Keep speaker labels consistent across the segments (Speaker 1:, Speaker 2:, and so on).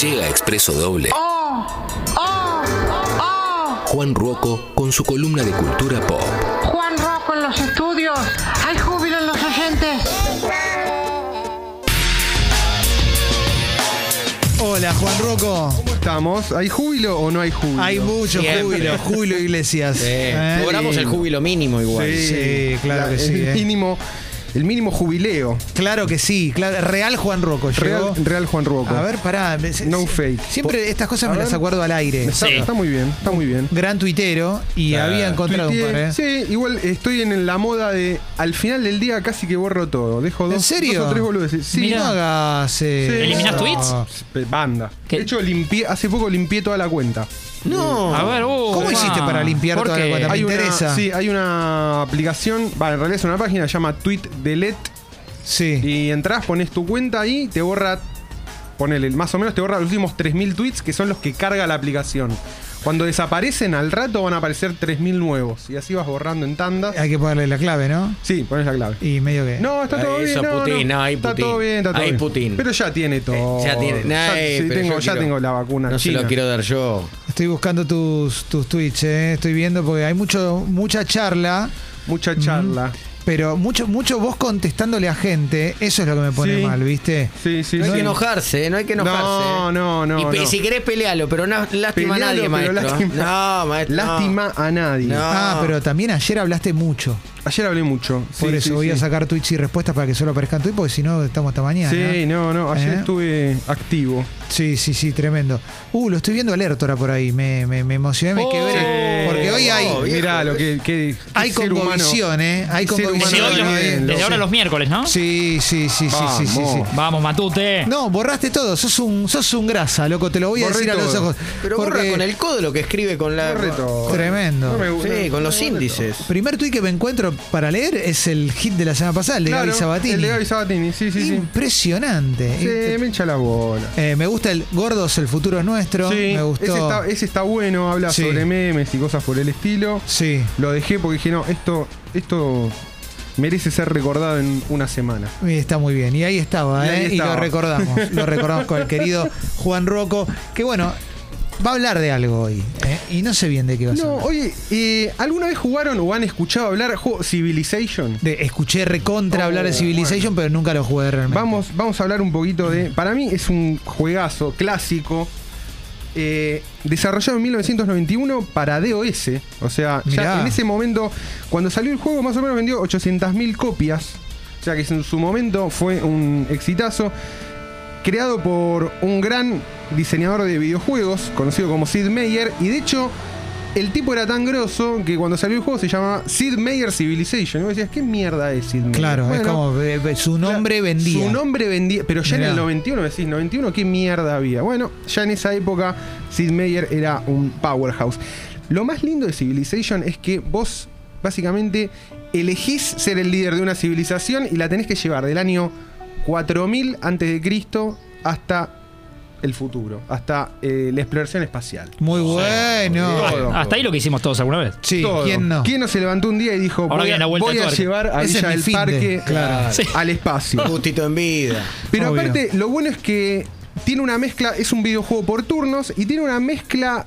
Speaker 1: Llega Expreso Doble.
Speaker 2: Oh, oh, oh.
Speaker 1: Juan Ruoco con su columna de cultura pop.
Speaker 2: Juan Rocco en los estudios. Hay júbilo en los agentes.
Speaker 3: Hola, Juan Rocco.
Speaker 4: Estamos, ¿hay júbilo o no hay júbilo?
Speaker 3: Hay mucho
Speaker 5: Siempre.
Speaker 3: júbilo, júbilo Iglesias. ¿Eh?
Speaker 5: Cobramos el júbilo mínimo igual.
Speaker 3: sí, claro que sí,
Speaker 4: El
Speaker 3: eh.
Speaker 4: mínimo, el mínimo jubileo.
Speaker 3: Claro que sí, claro, real Juan Rocco llegó.
Speaker 4: Real, Real Juan Ruoco.
Speaker 3: A ver, pará. me- se-
Speaker 4: No
Speaker 3: se-
Speaker 4: fake.
Speaker 3: Siempre estas cosas
Speaker 4: A
Speaker 3: me
Speaker 4: ver.
Speaker 3: las acuerdo al aire.
Speaker 4: Está,
Speaker 5: Sí.
Speaker 4: está muy bien, está muy bien.
Speaker 3: Gran tuitero y había encontrado
Speaker 4: Tuiteé-
Speaker 3: un par, ¿eh?
Speaker 4: Sí, igual estoy en la moda de al final del día casi que borro todo. Dejo dos,
Speaker 3: ¿En serio?
Speaker 4: dos o tres boludeces. Sí,
Speaker 3: no hagas. eh,
Speaker 4: Sí.
Speaker 6: ¿Eliminás
Speaker 3: no.
Speaker 6: tweets?
Speaker 4: Pe- Banda.
Speaker 6: ¿Qué?
Speaker 4: De hecho, limpié, hace poco limpié toda la cuenta.
Speaker 3: No.
Speaker 6: A ver, uh,
Speaker 3: ¿Cómo
Speaker 6: ah,
Speaker 3: hiciste para limpiar
Speaker 6: ¿por
Speaker 3: toda la
Speaker 6: qué?
Speaker 3: cuenta? Me
Speaker 4: hay
Speaker 3: interesa.
Speaker 4: Una, sí, hay una aplicación, va, en realidad es una página, se llama Tweet Delete.
Speaker 3: Sí.
Speaker 4: Y entras, pones tu cuenta ahí, te borra, ponele, más o menos te borra los últimos 3.000 tweets que son los que carga la aplicación. Cuando desaparecen al rato van a aparecer 3.000 nuevos y así vas borrando en tandas.
Speaker 3: Hay que ponerle la clave, ¿no?
Speaker 4: Sí, pones la clave.
Speaker 3: Y medio que.
Speaker 4: No, está todo
Speaker 5: Ahí
Speaker 4: bien.
Speaker 5: hizo
Speaker 4: no,
Speaker 5: Putin,
Speaker 4: no,
Speaker 5: no, ahí
Speaker 4: está
Speaker 5: Putin.
Speaker 4: todo bien, está todo
Speaker 5: Ahí
Speaker 4: bien.
Speaker 5: Putin. Eh,
Speaker 4: Pero ya tiene todo.
Speaker 5: ya tiene- Ay,
Speaker 4: Ya- sí,
Speaker 5: pero
Speaker 4: tengo,
Speaker 5: yo
Speaker 4: ya
Speaker 5: quiero-
Speaker 4: tengo la vacuna.
Speaker 5: No
Speaker 4: china.
Speaker 5: se lo quiero dar yo.
Speaker 3: Estoy buscando tus, tus tweets, ¿eh? Estoy viendo porque hay mucho, mucha charla.
Speaker 4: Mucha charla.
Speaker 3: Pero mucho, mucho vos contestándole a gente, eso es lo que me pone
Speaker 4: Sí.
Speaker 3: mal, ¿viste?
Speaker 4: Sí, sí,
Speaker 5: No hay
Speaker 4: sí.
Speaker 5: que enojarse, eh, no hay que enojarse. eh.
Speaker 4: No, no, no,
Speaker 5: Y, pe-
Speaker 4: no.
Speaker 5: y si querés pelealo, pero no, lástima
Speaker 4: Pelealo,
Speaker 5: a nadie,
Speaker 4: pero
Speaker 5: maestro.
Speaker 4: lástima-
Speaker 5: No, maestro. no.
Speaker 4: Lástima a nadie.
Speaker 5: No.
Speaker 3: Ah, pero también ayer hablaste mucho.
Speaker 4: Ayer hablé mucho.
Speaker 3: Por
Speaker 4: Sí,
Speaker 3: eso
Speaker 4: sí,
Speaker 3: voy a
Speaker 4: sí.
Speaker 3: sacar tweets y respuestas para que solo aparezcan tweets, porque si no estamos hasta mañana.
Speaker 4: Sí, no, no. Ayer
Speaker 3: ¿Eh?
Speaker 4: estuve activo.
Speaker 3: Sí, sí, sí, tremendo. Uh, lo estoy viendo alerta ahora por ahí. Me, me, me emocioné, me
Speaker 6: Oh.
Speaker 3: quebré. Porque hoy hay,
Speaker 5: Oh, viejo,
Speaker 4: Mirá lo que, que-
Speaker 3: hay
Speaker 4: que ser humano.
Speaker 3: convicción, ¿eh? Hay
Speaker 4: Ser humano
Speaker 6: Desde,
Speaker 3: convicción.
Speaker 6: hoy los-
Speaker 4: también,
Speaker 6: desde
Speaker 4: lo-
Speaker 6: ahora
Speaker 4: sí.
Speaker 6: los miércoles, ¿no?
Speaker 3: Sí, sí, sí, sí, sí, sí, sí.
Speaker 4: Vamos.
Speaker 6: Vamos, Matute.
Speaker 3: No, borraste todo. Sos un, sos un grasa, loco. Te lo voy a
Speaker 4: Borré
Speaker 3: decir a los
Speaker 4: todo.
Speaker 3: ojos.
Speaker 5: Pero borra
Speaker 3: Porque-
Speaker 5: con el codo lo que escribe con la.
Speaker 4: Corre todo.
Speaker 3: Tremendo.
Speaker 4: No me gusta.
Speaker 5: Sí, con los
Speaker 4: Corre
Speaker 5: índices.
Speaker 3: Primer tweet que me encuentro para leer es el hit de la semana pasada, el de
Speaker 4: Claro,
Speaker 3: Gaby Sabatini. este
Speaker 4: El de Gaby Sabatini, sí, sí, sí.
Speaker 3: Impresionante.
Speaker 4: Sí, me hincha la bola.
Speaker 3: Eh, me gusta el Gordos, el futuro es nuestro.
Speaker 4: Sí,
Speaker 3: me gustó.
Speaker 4: Ese está, ese está bueno, habla
Speaker 3: Sí.
Speaker 4: sobre memes y cosas por el estilo.
Speaker 3: Sí.
Speaker 4: Lo dejé porque dije, no, esto, esto merece ser recordado en una semana.
Speaker 3: Y Está muy bien. Y ahí estaba,
Speaker 4: Y ahí
Speaker 3: ¿eh? Y
Speaker 4: estaba.
Speaker 3: lo recordamos. lo recordamos con el querido Juan Rocco, que bueno, va a hablar de algo hoy. ¿eh? Y no sé bien de qué va a
Speaker 4: No,
Speaker 3: hablar.
Speaker 4: oye, eh, ¿alguna vez jugaron o han escuchado hablar del juego Civilization?
Speaker 3: De- escuché recontra
Speaker 4: Oh,
Speaker 3: hablar de Civilization, pero nunca lo jugué realmente.
Speaker 4: Vamos, vamos a hablar un poquito de. Para mí es un juegazo clásico. eh, desarrollado en 1991 para DOS. O sea,
Speaker 3: Mirá.
Speaker 4: ya en ese momento, cuando salió el juego, más o menos vendió 800.000 copias. O sea que en su momento fue un exitazo. Creado por un gran diseñador de videojuegos, conocido como Sid Meier. Y de hecho, el tipo era tan grosso que cuando salió el juego se llamaba Sid Meier Civilization. Y vos decías, ¿qué mierda es Sid Meier?
Speaker 3: Claro, es
Speaker 4: Bueno,
Speaker 3: como eh, eh, su nombre
Speaker 4: Claro,
Speaker 3: vendía.
Speaker 4: Su nombre vendía. Pero ya
Speaker 3: Mirá.
Speaker 4: en el 91 decís, 91, ¿qué mierda había? Bueno, ya en esa época Sid Meier era un powerhouse. Lo más lindo de Civilization es que vos básicamente elegís ser el líder de una civilización y la tenés que llevar del año 4000 antes de Cristo hasta el futuro, hasta eh, la exploración espacial.
Speaker 3: Muy bueno.
Speaker 4: Todo.
Speaker 6: Hasta ahí lo que hicimos todos alguna vez.
Speaker 3: Sí,
Speaker 4: Todo.
Speaker 3: ¿quién no?
Speaker 4: se levantó un día y dijo,
Speaker 6: Ahora
Speaker 4: voy,
Speaker 6: que
Speaker 4: a,
Speaker 6: la vuelta
Speaker 4: voy
Speaker 6: de
Speaker 4: a
Speaker 6: tuerca"?
Speaker 4: llevar a
Speaker 3: Ese es
Speaker 4: Villa
Speaker 3: mi
Speaker 4: del
Speaker 3: fin de-
Speaker 4: Parque
Speaker 3: claro.
Speaker 6: Sí.
Speaker 4: al espacio?
Speaker 5: Gustito en vida.
Speaker 4: Pero
Speaker 3: Obvio.
Speaker 4: aparte, lo bueno es que tiene una mezcla, es un videojuego por turnos y tiene una mezcla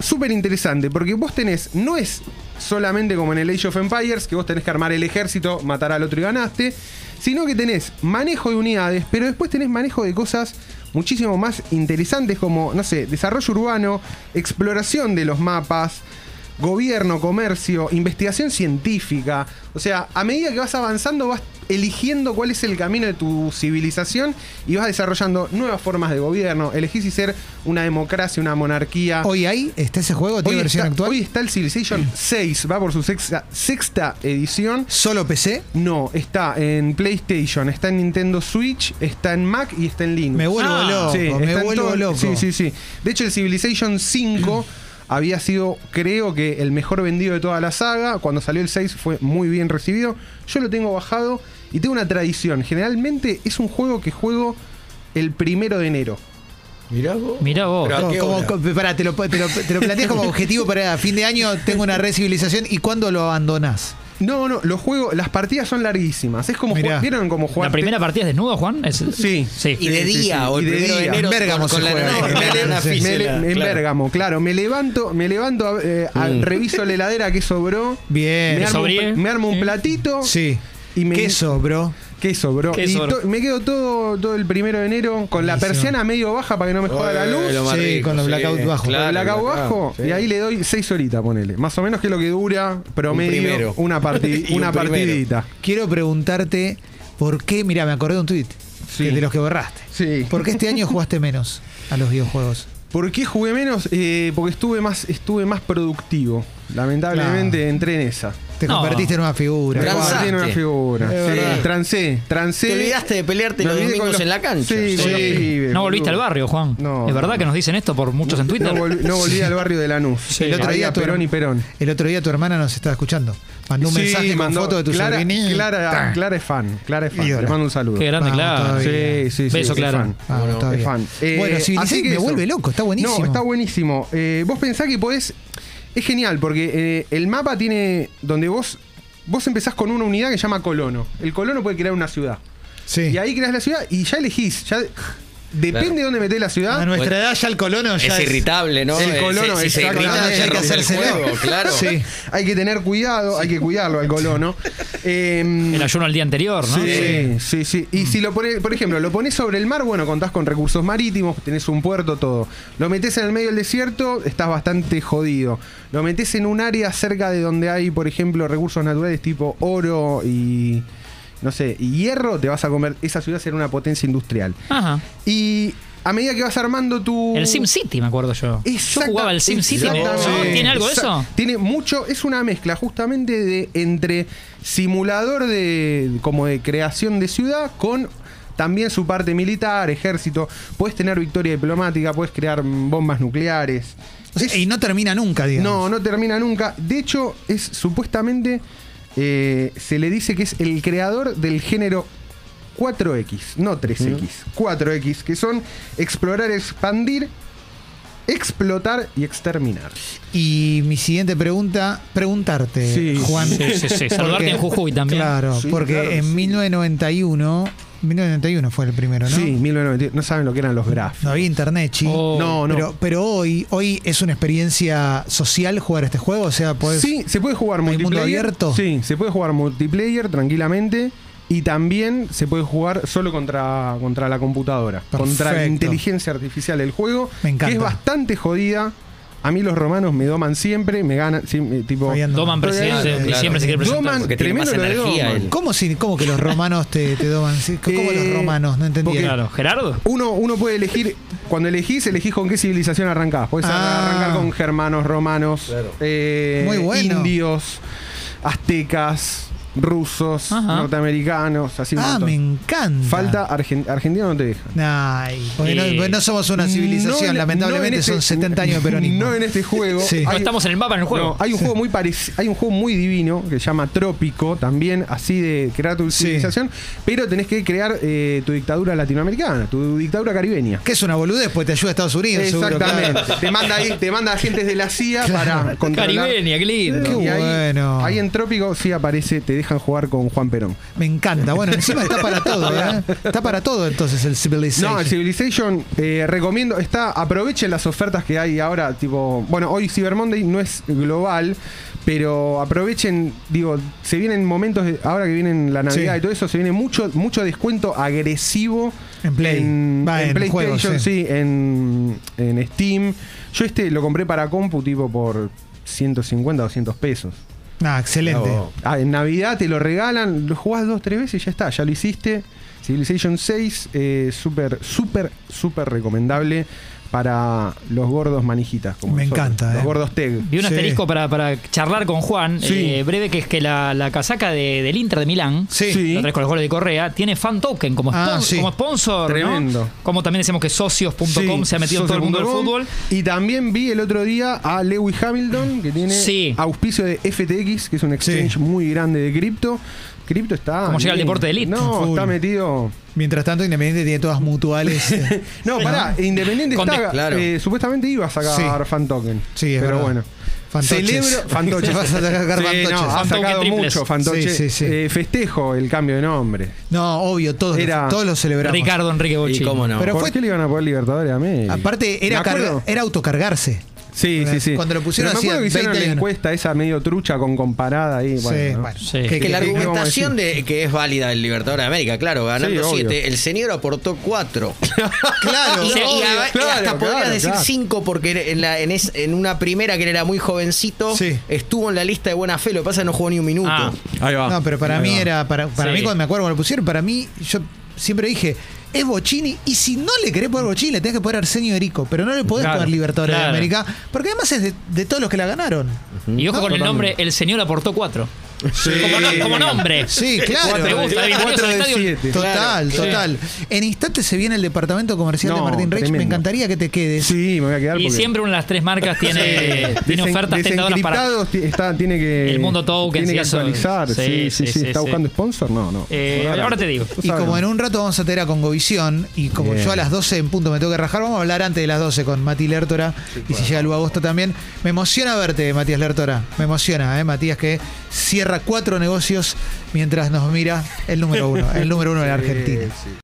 Speaker 4: súper interesante, porque vos tenés, no es solamente como en el Age of Empires, que vos tenés que armar el ejército, matar al otro y ganaste, sino que tenés manejo de unidades, pero después tenés manejo de cosas muchísimo más interesantes como, no sé, desarrollo urbano, exploración de los mapas, gobierno, comercio, investigación científica. O sea, a medida que vas avanzando, vas eligiendo cuál es el camino de tu civilización y vas desarrollando nuevas formas de gobierno. Elegís si ser una democracia, una monarquía.
Speaker 3: Hoy ahí está ese juego, tiene
Speaker 4: Hoy
Speaker 3: versión
Speaker 4: está,
Speaker 3: actual.
Speaker 4: hoy está el Civilization 6, va por su sexta, sexta edición.
Speaker 3: Solo PC.
Speaker 4: No, está en PlayStation, está en Nintendo Switch, está en Mac y está en Linux.
Speaker 3: Me vuelvo
Speaker 6: Ah,
Speaker 3: loco,
Speaker 4: Sí, está
Speaker 3: me
Speaker 4: en
Speaker 3: vuelvo
Speaker 4: todo-
Speaker 3: loco.
Speaker 4: Sí, sí, sí. De hecho, el Civilization 5 había sido, creo que, el mejor vendido de toda la saga. Cuando salió el 6 fue muy bien recibido. Yo lo tengo bajado y tengo una tradición. Generalmente es un juego que juego el primero de enero.
Speaker 5: Mirá vos.
Speaker 6: Mirá vos.
Speaker 5: Pero- ¿A
Speaker 3: Como-
Speaker 5: Ah, qué
Speaker 3: como-
Speaker 5: hora?
Speaker 3: co- pará, te lo, te lo- te lo planteas como objetivo para fin de año, tengo una red civilización y cuándo lo abandonás.
Speaker 4: No, no, los juegos, las partidas son larguísimas. Es como,
Speaker 3: Mirá.
Speaker 4: jue- ¿vieron cómo jugar?
Speaker 6: ¿La primera partida es desnudo, Juan? Es-
Speaker 4: Sí.
Speaker 5: Y
Speaker 6: Sí.
Speaker 5: de
Speaker 4: Sí, sí,
Speaker 5: día,
Speaker 4: sí.
Speaker 5: o el
Speaker 4: Y de
Speaker 5: primero de
Speaker 4: día.
Speaker 5: enero.
Speaker 3: En Bérgamo
Speaker 5: con
Speaker 3: se
Speaker 5: la
Speaker 3: juega.
Speaker 5: nana-
Speaker 3: En
Speaker 5: la
Speaker 3: Bérgamo,
Speaker 5: nana
Speaker 3: sí.
Speaker 4: Me le-
Speaker 5: físela.
Speaker 4: en
Speaker 5: Claro.
Speaker 4: Bérgamo, claro. Me levanto, me levanto, eh, a-
Speaker 5: Mm.
Speaker 4: reviso la heladera que sobró.
Speaker 3: Bien.
Speaker 4: Me armo, un,
Speaker 6: Sobrí,
Speaker 4: pl-
Speaker 6: ¿eh?
Speaker 4: me armo un
Speaker 6: Sí.
Speaker 4: platito.
Speaker 3: Sí.
Speaker 4: Y me-
Speaker 3: Queso, bro.
Speaker 4: Queso, bro.
Speaker 6: Queso,
Speaker 4: y
Speaker 6: bro.
Speaker 4: to- me quedo todo, todo el primero de enero con la
Speaker 3: Buenísimo.
Speaker 4: persiana medio baja para que no me joda la
Speaker 5: Eh,
Speaker 4: luz.
Speaker 5: lo más
Speaker 3: Sí, con los blackout bajos.
Speaker 5: claro,
Speaker 4: la acá
Speaker 5: blackout,
Speaker 4: abajo
Speaker 5: sí.
Speaker 4: y ahí le doy seis horitas, ponele. Más o menos que es lo que dura promedio
Speaker 5: primero.
Speaker 4: una, parti-
Speaker 5: Y un
Speaker 4: una
Speaker 5: primero.
Speaker 4: partidita.
Speaker 3: Quiero preguntarte por qué. Mira, me acordé de un tweet
Speaker 4: Sí.
Speaker 3: de los que borraste.
Speaker 4: Sí.
Speaker 3: ¿Por qué este año jugaste menos a los videojuegos?
Speaker 4: ¿Por qué jugué menos? Eh, porque estuve más, estuve más productivo. Lamentablemente
Speaker 5: Ah.
Speaker 3: Claro.
Speaker 4: entré en esa.
Speaker 3: Te
Speaker 6: No.
Speaker 3: convertiste en una figura.
Speaker 4: Me
Speaker 5: Transaste.
Speaker 4: convertí en una figura.
Speaker 3: Es
Speaker 4: Sí.
Speaker 5: verdad.
Speaker 4: Trancé, trancé.
Speaker 5: Te olvidaste de pelearte
Speaker 4: Me
Speaker 5: los
Speaker 4: olvidé con
Speaker 5: domingos
Speaker 4: los-
Speaker 5: en la cancha.
Speaker 4: Sí, con los pibes,
Speaker 6: No volviste al
Speaker 4: boludo.
Speaker 6: barrio, Juan.
Speaker 4: No.
Speaker 6: Es verdad que nos dicen esto por muchos en Twitter.
Speaker 4: No, volví- no volví al barrio de Lanús.
Speaker 6: Sí.
Speaker 4: El otro día
Speaker 3: tu
Speaker 4: Perón
Speaker 3: herma-
Speaker 4: y Perón.
Speaker 3: El otro día tu hermana nos estaba escuchando. Mandó un
Speaker 4: Sí,
Speaker 3: mensaje con
Speaker 4: mandó-
Speaker 3: foto de tu
Speaker 4: Clara,
Speaker 3: sobrinito.
Speaker 4: Clara,
Speaker 3: Ta.
Speaker 4: Clara es fan. Clara es fan.
Speaker 3: Ídola.
Speaker 4: Le mando un saludo. Ah,
Speaker 6: Qué grande,
Speaker 3: Vamos,
Speaker 6: claro.
Speaker 3: todavía.
Speaker 4: Sí, sí, sí.
Speaker 6: Beso,
Speaker 4: es
Speaker 6: Clara.
Speaker 4: fan.
Speaker 3: Ah, bueno, está
Speaker 4: Es
Speaker 3: bien.
Speaker 4: fan. Eh,
Speaker 3: bueno,
Speaker 4: así
Speaker 3: Civilization
Speaker 4: que
Speaker 3: me
Speaker 4: eso.
Speaker 3: vuelve loco, está buenísimo.
Speaker 4: No, está buenísimo. Eh, vos pensás que podés. Es genial, porque eh, el mapa tiene. donde vos. Vos empezás con una unidad que se llama colono. El colono puede crear una ciudad.
Speaker 3: Sí.
Speaker 4: Y ahí creas la ciudad y ya elegís. Ya, depende de dónde metés la ciudad.
Speaker 3: a nuestra edad ya el colono ya
Speaker 5: Es irritable, ¿no?
Speaker 4: El
Speaker 5: Ah, Eh,
Speaker 4: colono,
Speaker 5: se- si se
Speaker 4: exactamente.
Speaker 5: irrita,
Speaker 4: Hay que
Speaker 5: rompe el
Speaker 3: hacérselo.
Speaker 5: juego, Claro.
Speaker 3: Sí.
Speaker 4: Hay que tener cuidado, hay que cuidarlo al colono. Eh,
Speaker 6: El ayuno al día anterior, ¿no?
Speaker 4: Sí, sí, sí. Y si lo pones, por ejemplo, lo pones sobre el mar, bueno, contás con recursos marítimos, tenés un puerto, todo. Lo metés en el medio del desierto, estás bastante jodido. Lo metés en un área cerca de donde hay, por ejemplo, recursos naturales tipo oro y. No sé, y hierro, te vas a comer. Esa ciudad será una potencia industrial.
Speaker 6: Ajá.
Speaker 4: Y a medida que vas armando tu.
Speaker 6: El Sim City, me acuerdo yo. yo jugaba el Sim City. me- ¿no?
Speaker 4: Exactamente.
Speaker 6: ¿Tiene algo de
Speaker 4: Exa-
Speaker 6: eso?
Speaker 4: Tiene mucho, es una mezcla justamente de entre simulador de como de creación de ciudad con también su parte militar, ejército. Puedes tener victoria diplomática, puedes crear mm, bombas nucleares.
Speaker 3: O sea, y no termina nunca,
Speaker 4: No,
Speaker 3: digamos.
Speaker 4: no termina nunca. De hecho, es supuestamente eh, se le dice que es el creador del género 4X, no 3X, 4X, que son explorar, expandir, explotar y exterminar.
Speaker 3: Y mi siguiente pregunta, preguntarte,
Speaker 4: Sí,
Speaker 3: Juan.
Speaker 6: sí, sí, sí.
Speaker 3: porque-
Speaker 6: Saludarte en Jujuy también.
Speaker 3: Claro,
Speaker 4: Sí,
Speaker 3: porque
Speaker 4: claro que
Speaker 3: en
Speaker 4: sí.
Speaker 3: 1991, 1991 fue el primero, ¿no?
Speaker 4: Sí, 1990. No saben lo que eran los
Speaker 3: No
Speaker 4: grafos.
Speaker 3: había internet, chi.
Speaker 6: Oh.
Speaker 4: No, no.
Speaker 3: Pero, pero hoy, hoy es una experiencia social jugar este juego, o sea, podés...
Speaker 4: sí, se puede jugar
Speaker 3: ¿Hay mundo
Speaker 4: multiplayer.
Speaker 3: abierto?
Speaker 4: Sí, se puede jugar multiplayer tranquilamente. Y también se puede jugar solo contra, contra la computadora. Contra la
Speaker 3: Perfecto.
Speaker 4: inteligencia artificial del juego.
Speaker 3: Me encanta.
Speaker 4: Que es bastante jodida. A mí los romanos me doman siempre, me ganan. sí, eh, tipo,
Speaker 3: Fabián
Speaker 6: Doman presidente,
Speaker 5: Claro.
Speaker 6: siempre se quiere presentar.
Speaker 4: Doman,
Speaker 5: porque tiene
Speaker 4: tremendo
Speaker 5: más
Speaker 4: lo de
Speaker 5: energía
Speaker 4: Doman.
Speaker 5: él.
Speaker 3: ¿Cómo, si, ¿Cómo que los romanos te, te doman? Sí, ¿Cómo
Speaker 4: Eh,
Speaker 3: los romanos? No entendí.
Speaker 4: porque-
Speaker 6: Claro, Gerardo.
Speaker 4: Uno, uno puede elegir, cuando elegís, elegís con qué civilización arrancás. Puedes
Speaker 3: Ah.
Speaker 4: arrancar con germanos, romanos,
Speaker 5: Claro.
Speaker 4: eh,
Speaker 3: Muy bueno.
Speaker 4: indios, aztecas, rusos,
Speaker 6: Ajá.
Speaker 4: norteamericanos, así un
Speaker 3: ah,
Speaker 4: montón.
Speaker 3: me encanta.
Speaker 4: Falta Argen- Argentina no te deja.
Speaker 3: Ay, porque no,
Speaker 6: Eh,
Speaker 3: porque no somos una
Speaker 4: No
Speaker 3: civilización,
Speaker 4: en-
Speaker 3: lamentablemente
Speaker 4: no en
Speaker 3: son
Speaker 4: este-
Speaker 3: 70 años de peronismo.
Speaker 4: No en este juego.
Speaker 3: Sí.
Speaker 6: No
Speaker 4: Hay-
Speaker 6: estamos en el mapa en el juego.
Speaker 4: no, hay un juego muy parec- hay un juego muy divino que se llama Trópico, también así de crear tu
Speaker 3: Sí.
Speaker 4: civilización, pero tenés que crear eh, tu dictadura latinoamericana, tu dictadura caribeña.
Speaker 3: Que es una boludez, pues te ayuda a Estados Unidos, seguro,
Speaker 4: Exactamente.
Speaker 3: claro.
Speaker 4: Te manda ahí, te manda agentes de la CIA para controlar.
Speaker 6: Caribeña, qué lindo.
Speaker 3: Qué
Speaker 4: Y ahí-
Speaker 3: bueno.
Speaker 4: Ahí en Trópico sí aparece, te dejan jugar con Juan Perón.
Speaker 3: Me encanta. Bueno, encima está para todo, ¿eh? Está para todo entonces el Civilization.
Speaker 4: No, el Civilization eh, recomiendo, está, aprovechen las ofertas que hay ahora, tipo, bueno, hoy Cyber Monday no es global, pero aprovechen, digo, se vienen momentos, de- ahora que vienen la Navidad
Speaker 3: Sí.
Speaker 4: y todo eso, se viene mucho, mucho descuento agresivo
Speaker 3: En Play.
Speaker 4: en,
Speaker 3: Va,
Speaker 4: en
Speaker 3: en
Speaker 4: PlayStation,
Speaker 3: juegos, sí.
Speaker 4: sí, en, en Steam. Yo este lo compré para compu tipo por 150, 200 pesos.
Speaker 3: Ah, excelente.
Speaker 5: No.
Speaker 4: Ah, en Navidad te lo regalan, lo jugás dos, tres veces y ya está, ya lo hiciste. Civilization 6, eh, súper, súper, súper recomendable para los gordos manijitas. Como
Speaker 3: Me
Speaker 4: nosotros,
Speaker 3: encanta,
Speaker 4: Los
Speaker 3: eh.
Speaker 4: gordos teg.
Speaker 6: Vi un
Speaker 3: Sí.
Speaker 6: asterisco para, para charlar con Juan,
Speaker 4: Sí.
Speaker 6: eh, breve, que es que la, la casaca de- del Inter de Milán,
Speaker 3: Sí.
Speaker 4: Sí.
Speaker 6: la traes con los goles de Correa, tiene fan token como,
Speaker 3: Ah,
Speaker 6: spon-
Speaker 3: sí.
Speaker 6: como sponsor. ¿no?
Speaker 4: Tremendo.
Speaker 6: Como también decíamos que socios.com
Speaker 4: Sí,
Speaker 6: se ha metido en todo el mundo del
Speaker 4: socio.com.
Speaker 6: fútbol.
Speaker 4: Y también vi el otro día a Lewis Hamilton, que tiene
Speaker 6: Sí.
Speaker 4: auspicio de FTX, que es un exchange
Speaker 3: Sí.
Speaker 4: muy grande de cripto. Cripto está.
Speaker 6: Como llega el
Speaker 4: bien.
Speaker 6: deporte de elite.
Speaker 4: No,
Speaker 3: Full.
Speaker 4: está metido.
Speaker 3: Mientras tanto, Independiente tiene todas mutuales. eh.
Speaker 4: No, pará, Independiente
Speaker 6: Con
Speaker 4: está.
Speaker 6: de-
Speaker 5: claro.
Speaker 4: eh, supuestamente iba a sacar
Speaker 3: Sí.
Speaker 4: fan token.
Speaker 3: Sí, es
Speaker 4: pero
Speaker 3: verdad.
Speaker 4: bueno.
Speaker 3: Fantoches.
Speaker 4: Celebro. Fantoche.
Speaker 3: Vas a sacar
Speaker 4: Sí,
Speaker 3: fantoches.
Speaker 4: no, ah. ha
Speaker 6: Fantoque
Speaker 4: sacado
Speaker 6: triples.
Speaker 4: mucho,
Speaker 3: Sí,
Speaker 4: Fantoche.
Speaker 3: sí, sí.
Speaker 4: Eh, festejo el cambio de nombre.
Speaker 3: No, obvio, todos,
Speaker 4: Era-
Speaker 3: todos lo celebramos.
Speaker 6: Ricardo Enrique Bochini.
Speaker 5: Y cómo no.
Speaker 3: Pero
Speaker 4: ¿Por
Speaker 3: fue-
Speaker 4: qué le iban a poner Libertadores a Messi?
Speaker 3: Aparte, era,
Speaker 4: Me acuerdo.
Speaker 3: carga- era autocargarse.
Speaker 4: Sí, sí, sí.
Speaker 3: Cuando lo pusieron
Speaker 4: Pero me acuerdo
Speaker 3: hacían
Speaker 4: que hicieron
Speaker 3: 20
Speaker 4: la
Speaker 3: años.
Speaker 4: encuesta esa medio trucha con comparada ahí. Bueno,
Speaker 3: Sí,
Speaker 4: ¿no?
Speaker 3: bueno.
Speaker 6: Sí.
Speaker 5: Que la
Speaker 4: ¿Qué- qué- qué vamos a
Speaker 5: argumentación de que es válida el Libertador de América, claro, ganando
Speaker 4: Sí, obvio.
Speaker 5: 7, el señor aportó 4.
Speaker 3: Claro,
Speaker 5: y, y
Speaker 3: obvio.
Speaker 5: a- y
Speaker 4: claro,
Speaker 5: hasta podrías
Speaker 4: claro,
Speaker 5: decir
Speaker 4: claro.
Speaker 5: 5 porque en, la- en es- en una primera que él era muy jovencito,
Speaker 3: Sí.
Speaker 5: estuvo en la lista de buena fe, lo que pasa es que no jugó ni un minuto.
Speaker 6: Ah,
Speaker 4: Ahí va.
Speaker 3: No, pero para
Speaker 4: Ahí
Speaker 3: mí
Speaker 4: va.
Speaker 3: era. Para, para
Speaker 6: Sí.
Speaker 3: mí, cuando me acuerdo cuando lo pusieron, para mí, yo siempre dije. Es Bochini, y si no le querés poner Bochini, le tenés que poner Arsenio Erico, pero no le podés
Speaker 6: Claro,
Speaker 3: poner Libertadores de
Speaker 6: claro.
Speaker 3: América, porque además es de, de todos los que la ganaron.
Speaker 6: y ojo
Speaker 3: No,
Speaker 6: con el
Speaker 3: totalmente.
Speaker 6: nombre, el señor aportó 4. Como, no- como nombre.
Speaker 3: Sí, claro.
Speaker 6: Me gusta, bien,
Speaker 4: Cuatro de
Speaker 6: tenemos el estadio-
Speaker 4: siete.
Speaker 3: Total,
Speaker 6: Claro.
Speaker 3: total. En instantes se viene el departamento comercial de
Speaker 4: No,
Speaker 3: Martín Reich, me
Speaker 4: tremendo.
Speaker 3: encantaría que te quedes.
Speaker 4: Sí, me voy a quedar.
Speaker 6: Y
Speaker 4: porque-
Speaker 6: siempre una de las tres marcas tiene, tiene
Speaker 4: Desen-
Speaker 6: ofertas tentadoras para.
Speaker 4: desencriptados ti- está- tiene que.
Speaker 6: El mundo token,
Speaker 4: Tiene que
Speaker 6: sí, eso-
Speaker 4: actualizar. Sí, sí, sí. ¿Está
Speaker 6: sí.
Speaker 4: buscando sponsor? No, no.
Speaker 6: Eh, ahora te digo.
Speaker 3: Y como en
Speaker 4: un
Speaker 3: un rato vamos a tener a Congovisión, y como
Speaker 4: Bien.
Speaker 3: yo a las 12 en punto me tengo que rajar, vamos a hablar antes de las 12 con Mati Lertora, y si llega Lu Agosto también. Me emociona verte, Matías Lertora. Me emociona, ¿eh? Matías, que cierra cuatro negocios mientras nos mira el número uno, el número uno de la Argentina.